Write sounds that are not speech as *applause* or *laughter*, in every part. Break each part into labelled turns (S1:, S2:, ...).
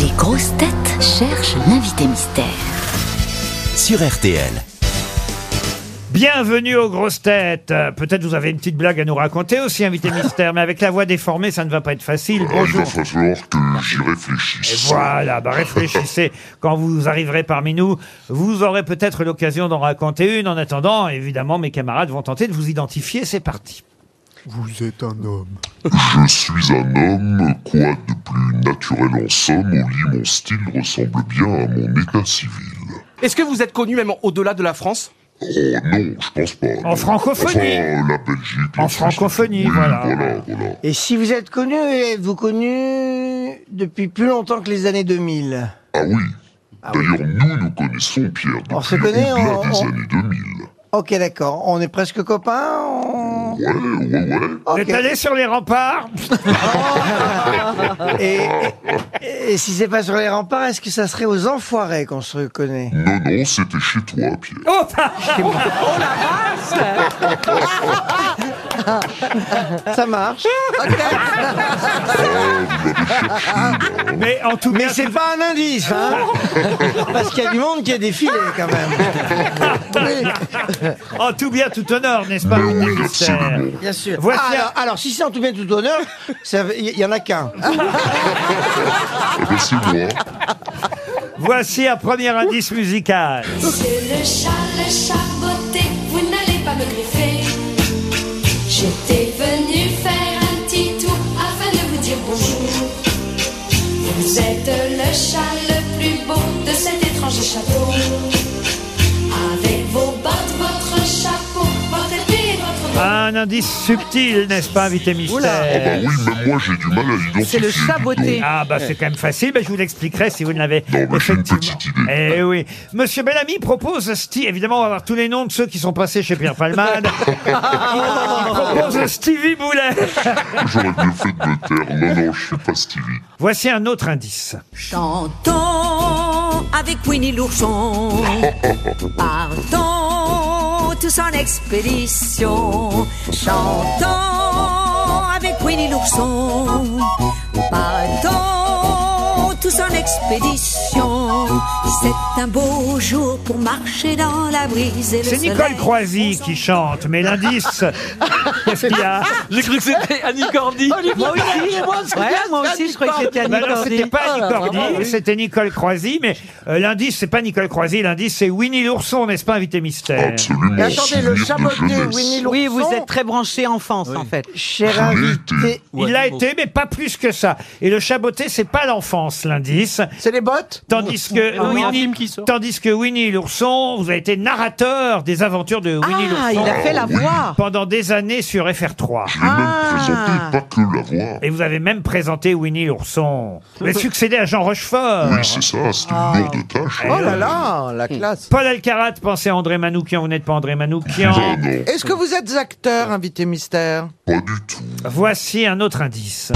S1: Les grosses têtes cherchent l'invité mystère.
S2: sur RTL.
S3: Bienvenue aux grosses têtes. Euh, Peut-être vous avez une petite blague à nous raconter aussi,
S4: *laughs*
S3: invité mystère, mais avec la voix déformée, ça ne va pas être facile.
S4: Ah, il
S3: Bonjour.
S4: va falloir que j'y
S3: Et
S4: réfléchisse.
S3: voilà, bah réfléchissez. Quand vous arriverez parmi nous, vous aurez peut-être l'occasion d'en raconter une. En attendant, évidemment, mes camarades vont tenter de vous identifier. C'est parti.
S5: Vous êtes un homme.
S4: Je suis un homme, quoi de plus naturel en somme, au lit mon style ressemble bien à mon état civil.
S6: Est-ce que vous êtes connu même au-delà de la France
S4: Oh non, je pense pas.
S3: En francophonie.
S4: Enfin, la Belgique. la
S3: En
S4: Suisse.
S3: francophonie,
S4: Oui,
S3: voilà.
S4: Voilà, voilà.
S7: Et si vous êtes connu, êtes-vous connu depuis plus longtemps que les années 2000
S4: Ah oui. D'ailleurs, nous nous connaissons Pierre depuis
S7: On se connaît,
S4: au-delà
S7: on-
S4: des
S7: on-
S4: années 2000.
S7: Ok, d'accord. On est presque copains on-
S4: Ouais, ouais, ouais.
S3: Vous
S7: Ok.
S3: êtes allé sur les remparts
S7: Et, et- et si c'est pas sur les remparts, est-ce que ça serait aux enfoirés qu'on se reconnaît
S4: Non, non, c'était chez toi, Pierre.
S3: Oh,
S7: Ça marche
S3: Mais en tout
S7: Mais
S3: cas,
S7: c'est pas un indice, hein Parce qu'il y a du monde qui a défilé quand même. Oui,
S3: en tout bien, tout honneur, n'est-ce pas,
S4: Mais
S3: invité
S4: oui,
S3: mystère
S4: absolument.
S7: bien sûr.
S3: Voici
S7: Ah,
S3: un-
S7: alors, alors, si c'est en tout bien tout honneur, il y, y en a qu'un.
S4: Ah ben, c'est moi.
S3: Voici un premier indice musical.
S8: Monsieur le chat, le chat beauté, vous n'allez pas me griffer. J'étais venu faire un petit tour afin de vous dire bonjour. Vous êtes le chat le plus beau de cet étrange château. Avec vos bottes, votre chapeau, votre épée et votre
S3: Un indice subtil, n'est-ce pas, invité
S4: Ah bah
S3: mystère
S4: oui, même moi j'ai du mal à l'identifier.
S9: C'est le chat
S4: dites
S9: beauté.
S3: Ah bah c'est quand même facile, mais je vous l'expliquerai si vous ne l'avez
S4: Non, mais c'est une
S3: effectivement.
S4: petite idée.
S3: Eh oui, Monsieur Bellamy propose Stevie. Évidemment, on va avoir tous les noms de ceux qui sont passés chez Pierre
S4: *laughs*
S3: Palmade. Il propose Stevie Boulet.
S4: donc J'aurais bien fait de me taire. Non, non, je suis pas Stevie.
S3: Voici un autre indice.
S9: Chantons avec Winnie l'ourson. Partons tous en expédition. Chantons avec Winnie l'ourson. Partons tous en expédition. C'est un beau jour pour marcher dans la brise et le
S3: C'est Nicole
S9: soleil.
S3: Croisy qui chante, mais l'indice, qu'est-ce qu'il
S9: *laughs*
S3: y a
S6: J'ai cru que c'était Annie Cordy.
S9: Moi aussi, Ouais, moi aussi, je croyais que c'était
S3: Bah
S9: Annie
S3: non,
S9: Cordy. Oh,
S3: c'était pas Annie Cordy,
S4: Ah
S3: c'était Nicole Croisy, mais euh, l'indice, c'est pas Nicole Croisy, l'indice, c'est Winnie l'ourson, n'est-ce pas, invité mystère
S4: Absolument.
S7: Mais attendez, le
S4: souvenir
S7: chat
S4: de
S7: beauté,
S4: jeunesse.
S7: Winnie l'ourson...
S9: Oui, vous êtes très branché enfance, en fait.
S7: Cher
S4: l'ai
S7: invité...
S3: Il l'a été, mais pas plus que ça. Et le chaboté, c'est pas l'enfance, l'indice.
S7: C'est les bottes
S3: Tandis que Winnie, tandis que Winnie l'ourson, vous avez été narrateur des aventures de Winnie
S9: Ah, il
S3: l'ourson
S9: a fait la voix.
S3: pendant des années sur FR3.
S4: Je l'ai
S9: Ah.
S4: même présenté, pas que la voix.
S3: Et vous avez même présenté Winnie l'ourson. Vous avez succédé à Jean Rochefort.
S4: Oui, c'est ça, c'est une
S9: Ah.
S4: lourde tâche.
S3: Oh là
S7: là, la classe.
S3: Paul Alcarat pensait à André Manoukian, vous n'êtes pas André Manoukian.
S4: Non, Ah, non,
S7: Est-ce que vous êtes acteur, invité mystère
S4: pas du tout.
S3: Voici un autre indice.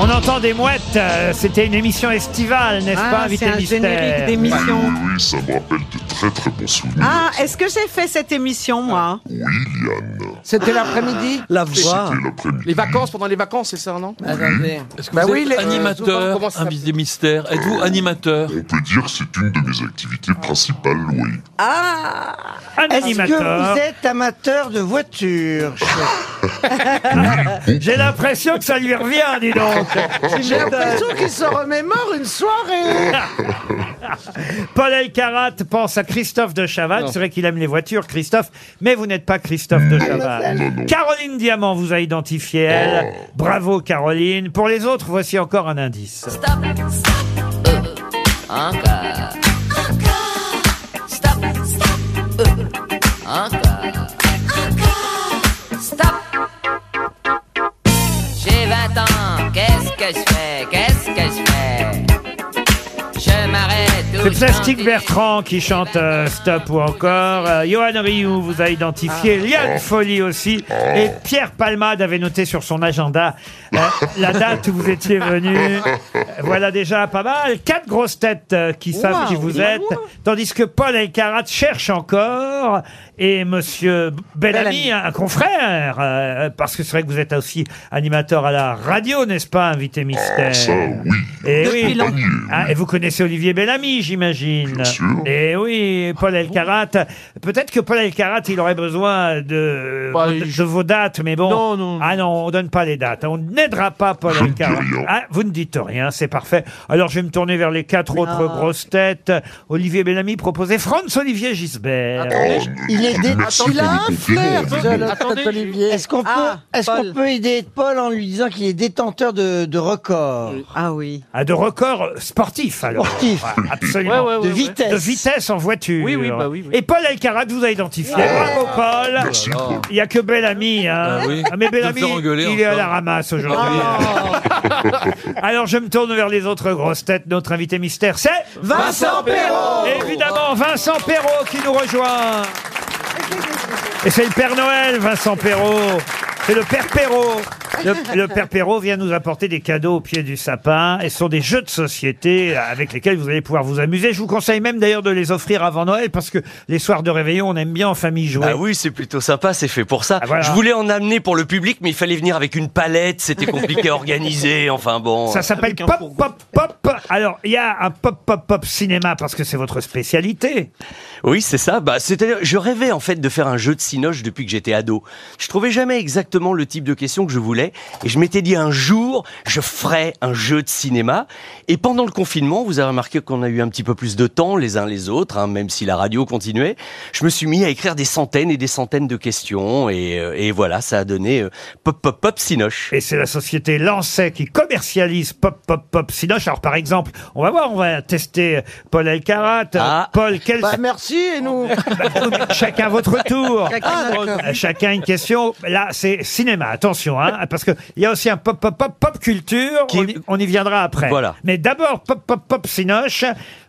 S3: On entend des mouettes, euh, c'était une émission estivale, n'est-ce pas,
S9: Ah,
S3: invité
S9: c'est un
S3: mystère
S9: générique
S4: Oui,
S9: d'émission.
S4: oui, oui, ça me rappelle de très très bons souvenirs.
S9: Ah, est-ce que j'ai fait cette émission, moi
S4: Oui, Liane.
S7: C'était l'après-midi
S6: La
S4: C'était l'après-midi.
S6: Les vacances, pendant les vacances, c'est ça, non
S7: Attendez.
S10: Est-ce que
S7: Bah
S10: vous
S7: oui,
S10: êtes
S7: les-
S6: euh,
S10: animateur,
S6: comment ça
S10: invité mystère Êtes-vous animateur
S4: On peut dire que c'est une de mes activités principales, oui.
S9: Euh. Ah,
S3: Un
S7: Est-ce que
S3: animateur.
S7: vous êtes amateur de voitures
S3: J'ai l'impression que ça lui revient, dis
S9: *laughs*
S3: donc.
S7: J'ai l'impression qu'il se remémore une soirée.
S3: Paul Elkarat pense à Christophe de Chavannes. C'est vrai qu'il aime les voitures, Christophe, mais vous n'êtes pas Christophe de Chavannes. Caroline Diamant vous a identifié, elle. Bravo, Caroline. Pour les autres, voici encore un indice.
S8: Stop, stop, encore, encore, stop, stop, encore, encore.
S9: Stop J'ai 20 ans, qu'est-ce que je fais Qu'est-ce que je fais Je m'arrête
S3: C'est Plastique Bertrand qui chante euh, Stop ou encore. Euh, Johan Rioux vous a identifié. Liane Folie aussi. Et Pierre Palmade avait noté sur son agenda euh, la date où vous étiez venu. Euh, Voilà déjà pas mal. Quatre grosses têtes euh, qui savent qui vous êtes. Tandis que Paul Elkarat cherche encore. Et monsieur Bellamy,
S7: Bellamy.
S3: un confrère. euh, parce que c'est vrai que vous êtes aussi animateur à la radio, n'est-ce pas, invité mystère
S4: ça, Eh oui.
S3: Et
S4: Depuis
S3: oui.
S4: longtemps.
S3: Ah, et vous connaissez Olivier Bellamy, j'imagine.
S4: sûr. Ah
S3: Et oui, Paul Elkarat. Peut-être que Paul Elkarat, il aurait besoin de,
S6: Bah,
S3: de,
S6: je-
S3: vos dates, mais bon.
S6: Non, non.
S3: Ah non, on donne pas les dates. On n'aidera pas Paul
S4: Je ne dis
S3: Elkarat.
S4: rien.
S3: Ah, vous ne dites rien, c'est parfait. Alors, je vais me tourner vers les quatre autres grosses têtes. Olivier Bellamy proposait Franz-Olivier
S6: Ah,
S3: Gisbert.
S7: Il est dé-
S4: Merci
S7: Attendez,
S4: pour les compliments, Olivier.
S7: Est-ce qu'on peut,
S9: Ah,
S7: est-ce qu'on peut aider Paul en lui disant qu'il est détenteur de, de records
S11: Ah oui.
S3: Ah, de record sportif, alors.
S7: Sportif.
S3: Ouais, absolument.
S7: de vitesse
S3: De vitesse en voiture.
S6: Oui, oui, bah oui, oui.
S3: Et Paul Elkarat vous a identifié. Bravo, Paul.
S4: Merci, Paul.
S3: Il n'y a que Bellamy. Hein.
S10: Bah oui.
S3: Ah,
S10: Je
S3: mais
S10: me
S3: Bellamy,
S10: fais engueuler
S3: il est à
S10: encore. Ah.
S3: la ramasse aujourd'hui. Alors je me tourne vers les autres grosses têtes. Notre invité mystère, c'est
S7: Vincent Perrault
S3: évidemment Vincent Perrault qui nous rejoint. Et c'est le Père Noël, Vincent Perrault. C'est le Père Perrault. Le, le Père Perrault vient nous apporter des cadeaux au pied du sapin. Et ce sont des jeux de société avec lesquels vous allez pouvoir vous amuser. Je vous conseille même d'ailleurs de les offrir avant Noël parce que les soirs de réveillon, on aime bien en famille jouer.
S12: Ah oui, c'est plutôt sympa, c'est fait pour ça.
S3: Ah, voilà.
S12: Je voulais en amener pour le public, mais il fallait venir avec une palette, c'était
S3: *laughs*
S12: compliqué à organiser, enfin bon.
S3: Ça s'appelle Pop Pop Pop. Alors, il y a un Pop Pop Pop cinéma parce que c'est votre spécialité.
S12: Oui, c'est ça. Bah, c'est-à-dire, je rêvais en fait de faire un jeu de cinoche depuis que j'étais ado. Je trouvais jamais exactement le type de question que je voulais, et je m'étais dit un jour, je ferai un jeu de cinéma. Et pendant le confinement, vous avez remarqué qu'on a eu un petit peu plus de temps les uns les autres, hein, même si la radio continuait. Je me suis mis à écrire des centaines et des centaines de questions, et, euh, et voilà, ça a donné euh, pop pop pop cinoche.
S3: Et c'est la société Lancet qui commercialise Pop Pop Pop Cinoche. Alors, par exemple, on va voir, on va tester euh, Paul Elkarat.
S12: Ah.
S3: Paul, quel...
S7: Bah merci et nous
S3: Chacun à votre tour.
S7: Ah, d'accord.
S3: Euh, Chacun une question. Là, c'est cinéma. Attention, hein, parce que il y a aussi un pop pop pop pop culture.
S12: Qui-
S3: On, y, on y viendra après.
S12: Voilà.
S3: Mais d'abord pop pop pop cinoche.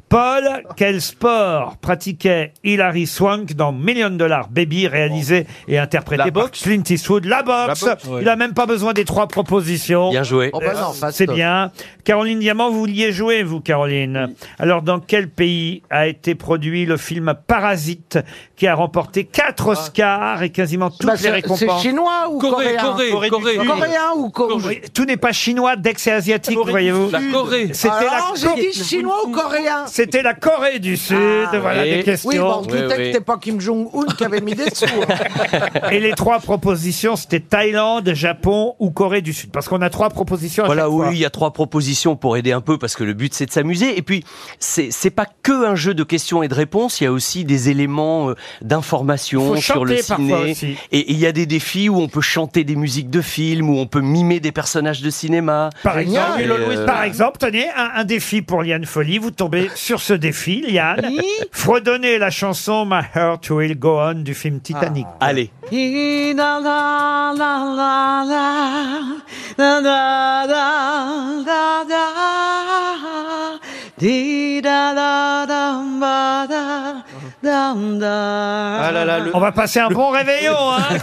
S3: Paul, quel sport pratiquait Hilary Swank dans Million Dollar Baby, réalisé et interprété
S6: La
S3: par
S6: boxe
S3: Clint Eastwood La boxe.
S6: La boxe,
S3: Il a même pas besoin des trois propositions.
S12: Bien joué.
S7: Oh, bah non,
S3: Euh,
S7: fast.
S3: C'est bien. Caroline Diamant, vous vouliez jouer, vous, Caroline. Alors, dans quel pays a été produit le film Parasite, qui a remporté quatre Oscars et quasiment toutes
S7: Ah. Bah,
S3: les
S7: c'est c'est
S3: récompenses
S7: chinois ou
S10: Corée,
S12: hein.
S7: coréen
S10: Corée, Corée, Corée. du Sud.
S7: Coréen ou coréen
S10: Corée.
S3: Oui, Tout n'est pas chinois dès que c'est asiatique, voyez-vous.
S10: La Corée.
S3: C'était la,
S7: Alors, Ah, j'ai dit chinois ou coréen
S3: c'était la Corée du Sud, voilà
S12: oui.
S3: des questions.
S7: Oui, bon, on se
S12: Oui,
S7: doutait que
S12: oui.
S7: c'était pas Kim Jong-un qui avait mis des sous. hein.
S3: Et les trois propositions, c'était Thaïlande, Japon ou Corée du Sud. Parce qu'on a trois propositions à
S12: Voilà,
S3: chaque
S12: oui,
S3: fois.
S12: il y a trois propositions pour aider un peu parce que le but c'est de s'amuser. Et puis, c'est c'est pas que un jeu de questions et de réponses, il y a aussi des éléments euh, d'information
S3: Faut
S12: sur le
S3: chanter parfois
S12: ciné.
S3: aussi.
S12: Et et il y a des défis où on peut chanter des musiques de films, où on peut mimer des personnages de cinéma.
S3: Par exemple,
S12: Et, euh,
S3: par exemple, tenez un, un défi pour Liane Folly. Vous tombez sur ce défi, Liane. Fredonnez la chanson My Heart Will Go On du film Titanic.
S12: Allez,
S11: La la la la la la la la la la Di da da dam ba da dam da.
S6: Ah là là, le-
S3: On va passer un bon
S6: *laughs*
S3: réveillon. Hein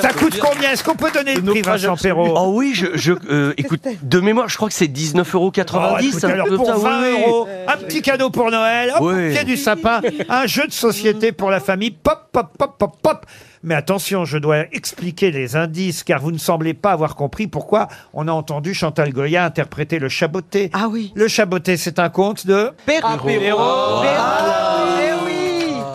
S3: Ça coûte combien Est-ce qu'on peut donner le prix, Vincent Perrault
S12: oh oui, je, je euh, écoute, de mémoire, je crois que c'est 19,90 euros.
S3: Oh, écoutez, alors
S12: un peu
S3: pour
S12: ça,
S3: 20
S12: oui.
S3: euros, un petit cadeau pour Noël, hop,
S12: Oui.
S3: au pied du sapin, un jeu de société pour la famille, pop, pop, pop, pop, pop. Mais attention, je dois expliquer les indices, car vous ne semblez pas avoir compris pourquoi on a entendu Chantal Goya interpréter le chaboté.
S11: Ah oui.
S3: Le chaboté, c'est un conte de...
S7: Ah,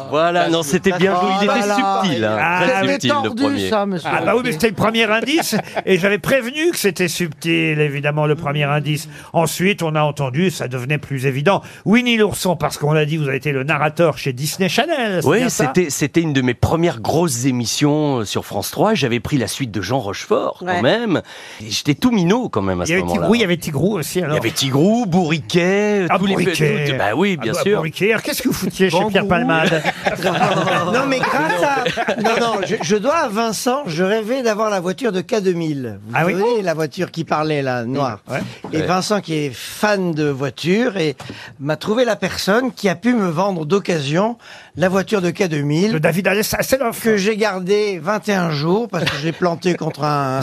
S12: Voilà, non, c'était bien joué. Il était subtil. hein,
S3: Ah,
S12: très
S3: mais
S12: subtil le premier.
S7: ça, monsieur.
S3: Ah bah oui, mais c'était le premier indice, et j'avais prévenu que c'était subtil, évidemment, le premier indice. Ensuite, on a entendu, ça devenait plus évident, Winnie l'ourson, parce qu'on l'a dit, vous avez été le narrateur chez Disney Channel. c'est bien
S12: Oui,
S3: ça
S12: c'était c'était une de mes premières grosses émissions euh, sur France 3. J'avais pris la suite de Jean Rochefort quand
S11: Ouais.
S12: même. Et J'étais tout minot quand même à
S3: Il
S12: ce
S3: y avait
S12: moment-là.
S3: Tigrou, il y avait Tigrou aussi. Alors.
S12: Il y avait Tigrou, Bourriquet, euh,
S3: Ah,
S12: tous les
S3: Bourriquet.
S12: tout- Bah oui, bien
S3: Ah,
S12: sûr. *laughs*
S3: Bourriquet. Alors, Qu'est-ce que vous foutiez chez Pierre Palmade
S7: Non, mais grâce à. Non, non, je, je dois à Vincent, je rêvais d'avoir la voiture de K2000. Vous
S3: Ah oui
S7: savez, la voiture qui parlait, là, noire.
S3: Ouais.
S7: Et
S3: Ouais.
S7: Vincent, qui est fan de voitures, et m'a trouvé la personne qui a pu me vendre d'occasion la voiture de K2000. De
S3: David Ah, Hasselhoff.
S7: Que j'ai gardée 21 jours parce que je l'ai plantée contre un.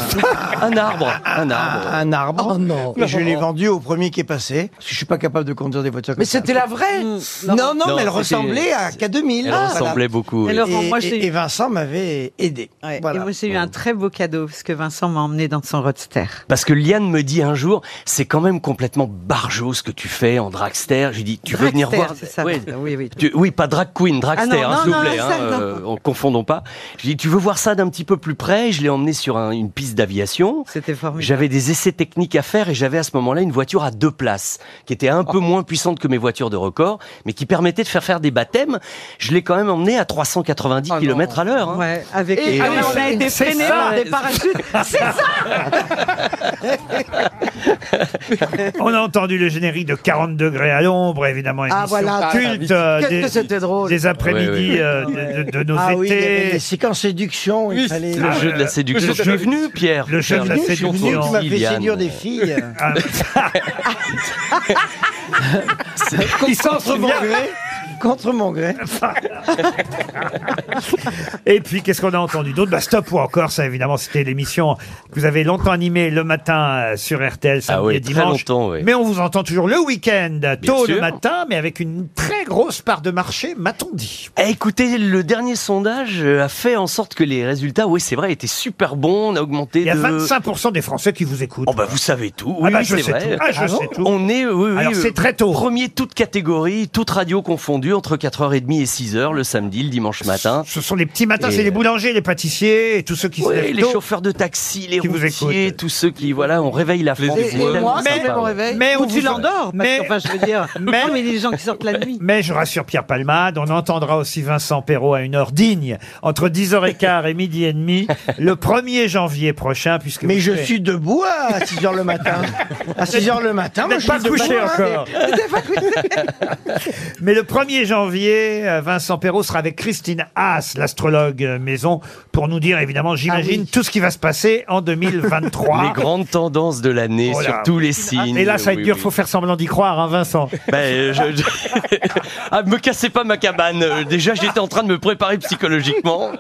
S12: Un arbre. Un arbre.
S3: Ah,
S7: Un arbre. Oh non. Et je l'ai vendue au premier qui est passé. Parce que je suis pas capable de conduire des voitures comme
S11: Mais
S7: ça.
S11: c'était la vraie
S9: Mm.
S7: Non,
S12: Non,
S7: non, mais elle
S12: c'était-
S7: ressemblait à K2000.
S3: Ah,
S12: Elle ressemblait beaucoup, oui.
S7: Et,
S12: Et Laurent, moi,
S7: et-
S11: j'ai-
S7: et Vincent m'avait aidé.
S11: Ouais,
S7: Voilà.
S11: Et moi, j'ai eu un très beau cadeau parce que Vincent m'a emmené dans son roadster.
S12: Parce que Liane me dit un jour, c'est quand même complètement barjot ce que tu fais en dragster. Je lui dis, tu veux venir
S11: Dragster,
S12: voir
S11: c'est ça,
S12: Ouais.
S11: Dragster, Oui, oui.
S12: Tu- oui, pas drag queen, dragster,
S11: Ah non,
S12: hein,
S11: non,
S12: s'il vous
S11: non,
S12: plaît,
S11: ça,
S12: hein,
S11: non.
S12: euh, en confondons pas. Je dis, tu veux voir ça d'un petit peu plus près Je l'ai emmené sur un- une piste d'aviation.
S11: C'était formidable.
S12: J'avais des essais techniques à faire et j'avais à ce moment-là une voiture à deux places, qui était un peu moins puissante que mes voitures de record, mais qui permettait de faire faire des baptêmes. Je l'ai quand même emmené à 390 km à l'heure. hein.
S11: Ouais, avec
S12: Et-
S11: les-
S12: Ah oui,
S11: on a
S12: c'est-
S11: été
S12: c'est
S11: freinés
S12: ça.
S11: par des parachutes. C'est ça
S3: On a entendu le générique de 40 degrés à l'ombre, évidemment, émission
S13: Ah, voilà.
S3: culte
S13: Ah, oui.
S3: euh,
S13: Qu'est-ce que c'était drôle.
S3: des après-midi
S13: Oui, oui.
S3: euh, de, de- *laughs* de nos
S7: Ah oui, il y avait
S3: étés.
S7: des séquences séduction. il fallait- Ah,
S12: Ah, Le jeu de la séduction. Je suis venu, Pierre.
S3: Le jeu
S12: faire
S3: de la
S12: une
S7: Je suis
S12: séduction.
S7: venu, tu m'as fait
S12: Liane.
S7: séduire des filles.
S3: Ah.
S7: *laughs*
S3: Il s'en
S7: contre mon
S3: souvient.
S7: gré. Contre mon gré.
S3: Et puis, qu'est-ce qu'on a entendu d'autre bah, Stop ou encore, ça évidemment, c'était l'émission que vous avez longtemps animée le matin euh, sur RTL, samedi
S12: Ah oui,
S3: et
S12: très
S3: dimanche.
S12: longtemps, oui.
S3: Mais on vous entend toujours le week-end, tôt le
S12: sûr.
S3: matin, mais avec une très grosse part de marché, m'a-t-on dit.
S12: Eh, écoutez, le dernier sondage euh, a fait en sorte que les résultats, oui, c'est vrai, étaient super bons. On a augmenté
S3: Il y a
S12: de...
S3: 25% des Français qui vous écoutent.
S12: Oh bah vous savez tout.
S3: Ah
S12: Oui,
S3: bah,
S12: oui,
S3: je
S12: c'est
S3: sais
S12: vrai.
S3: tout. Ah, je
S12: bon
S3: sais tout.
S12: On est oui, oui,
S3: Alors,
S12: euh,
S3: c'est très tôt.
S12: Premier toute catégorie, toute radio confondue entre 4h30 et 6h le samedi, le dimanche matin.
S3: Ce sont les petits matins, c'est les boulangers, les pâtissiers et tous ceux qui se lèvent
S12: euh, les
S3: tôt.
S12: chauffeurs de taxi, les
S3: Qui vous
S12: routiers, tous ceux qui voilà, on réveille la France. C'est tellement sympa, ouais.
S3: mais
S11: Ou
S3: on
S11: tu
S3: vous en-
S11: l'endors. Mais...
S3: mais-
S11: Enfin, je veux dire, mais... mais les gens qui sortent la nuit.
S3: Mais je rassure Pierre Palmade, on entendra aussi Vincent Perrault à une heure digne, entre 10h15 et midi et
S12: *laughs*
S3: demi, le 1er janvier prochain, puisque...
S7: Mais
S3: vous
S7: je
S3: serez-
S7: suis debout à 6 h le matin. À 6 h le matin,
S3: Vous
S7: moi
S3: n'êtes
S7: je
S3: pas
S7: suis debout,
S3: couché
S7: hein.
S3: encore. Mais le 1er janvier, euh, Vincent Perrault sera avec Christine Haas, l'astrologue euh, maison, pour nous dire, évidemment, j'imagine, tout ce qui va se passer en 2023.
S12: Ah *laughs* Les grandes tendances de l'année
S3: Oh là.
S12: sur tous les signes.
S3: Et là, ça va être
S12: Oui,
S3: dur,
S12: oui.
S3: faut faire semblant d'y croire, hein,
S12: *laughs*
S3: Vincent.
S12: Ben, je, je- *laughs* Ah, me cassez pas ma cabane. Euh, Déjà, j'étais en train de me préparer psychologiquement.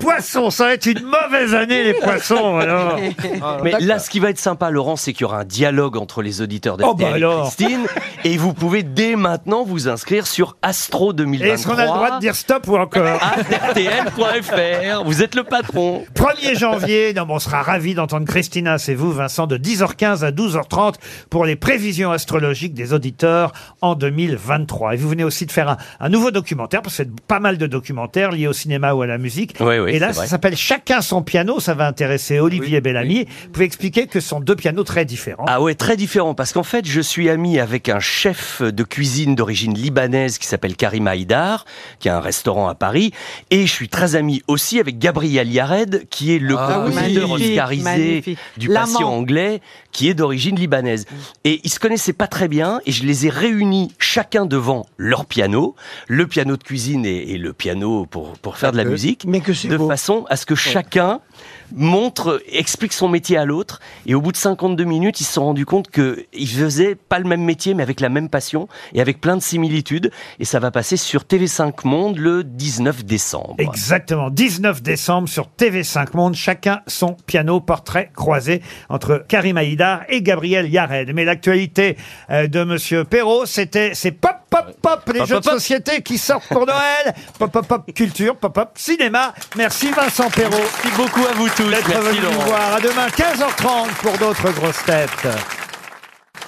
S3: Poissons, ça va être une mauvaise année, les poissons, alors. Ah,
S12: Mais là, ce qui va être sympa, Laurent, c'est qu'il y aura un dialogue entre les auditeurs de
S3: Oh, bah alors.
S12: Christine. Et vous pouvez dès maintenant vous inscrire sur Astro 2023.
S3: Est-ce qu'on a le droit de dire stop ou encore
S12: *laughs* RTL.fr, vous êtes le patron.
S3: 1er janvier, non, mais on sera ravis d'entendre Christina, c'est vous Vincent, de 10h15 à 12h30 pour les prévisions astrologiques des auditeurs en 2023. Et vous venez aussi de faire un, un nouveau documentaire, parce que c'est pas mal de documentaires liés au cinéma ou à la musique.
S12: Oui, oui,
S3: Et là,
S12: c'est
S3: ça
S12: vrai.
S3: s'appelle Chacun son piano, ça va intéresser Olivier Bellamy. Vous pouvez expliquer que ce sont deux pianos très différents.
S12: Ah ouais, très différent parce qu'en fait, je suis ami avec un chef de cuisine d'origine libanaise qui s'appelle Karim Haïdar, qui a un restaurant à Paris, et je suis très ami aussi avec Gabriel Yared, qui est le
S11: Ah oui,
S12: compositeur
S11: magnifique,
S12: oscarisé
S11: magnifique.
S12: du
S11: L'amant.
S12: patient anglais, qui est d'origine libanaise. Et ils se connaissaient pas très bien, et je les ai réunis chacun devant leur piano, le piano de cuisine et, et le piano pour pour faire de la
S7: Euh,
S12: musique,
S7: mais que c'est
S12: de
S7: beau.
S12: façon à ce que chacun montre, explique son métier à l'autre. Et au bout de 52 minutes, ils se sont rendus compte qu'ils faisaient pas le même métier, mais avec la même passion et avec plein de similitudes. Et ça va passer sur TV5 Monde le 19 décembre.
S3: Exactement, 19 décembre sur TV5 Monde, chacun son piano portrait croisé entre Karim Haïdar et Gabriel Yared. Mais l'actualité euh, de Monsieur Perrault, c'était c'est pop pop pop les
S12: Pop,
S3: jeux
S12: pop,
S3: de
S12: pop.
S3: société qui sortent pour Noël,
S12: *laughs*
S3: pop pop pop culture, pop pop cinéma. Merci Vincent Perrault.
S12: Merci beaucoup à vous tous.
S3: d'être
S12: Merci
S3: venu nous
S12: Laurent.
S3: voir. À demain 15h30 pour d'autres grosses têtes.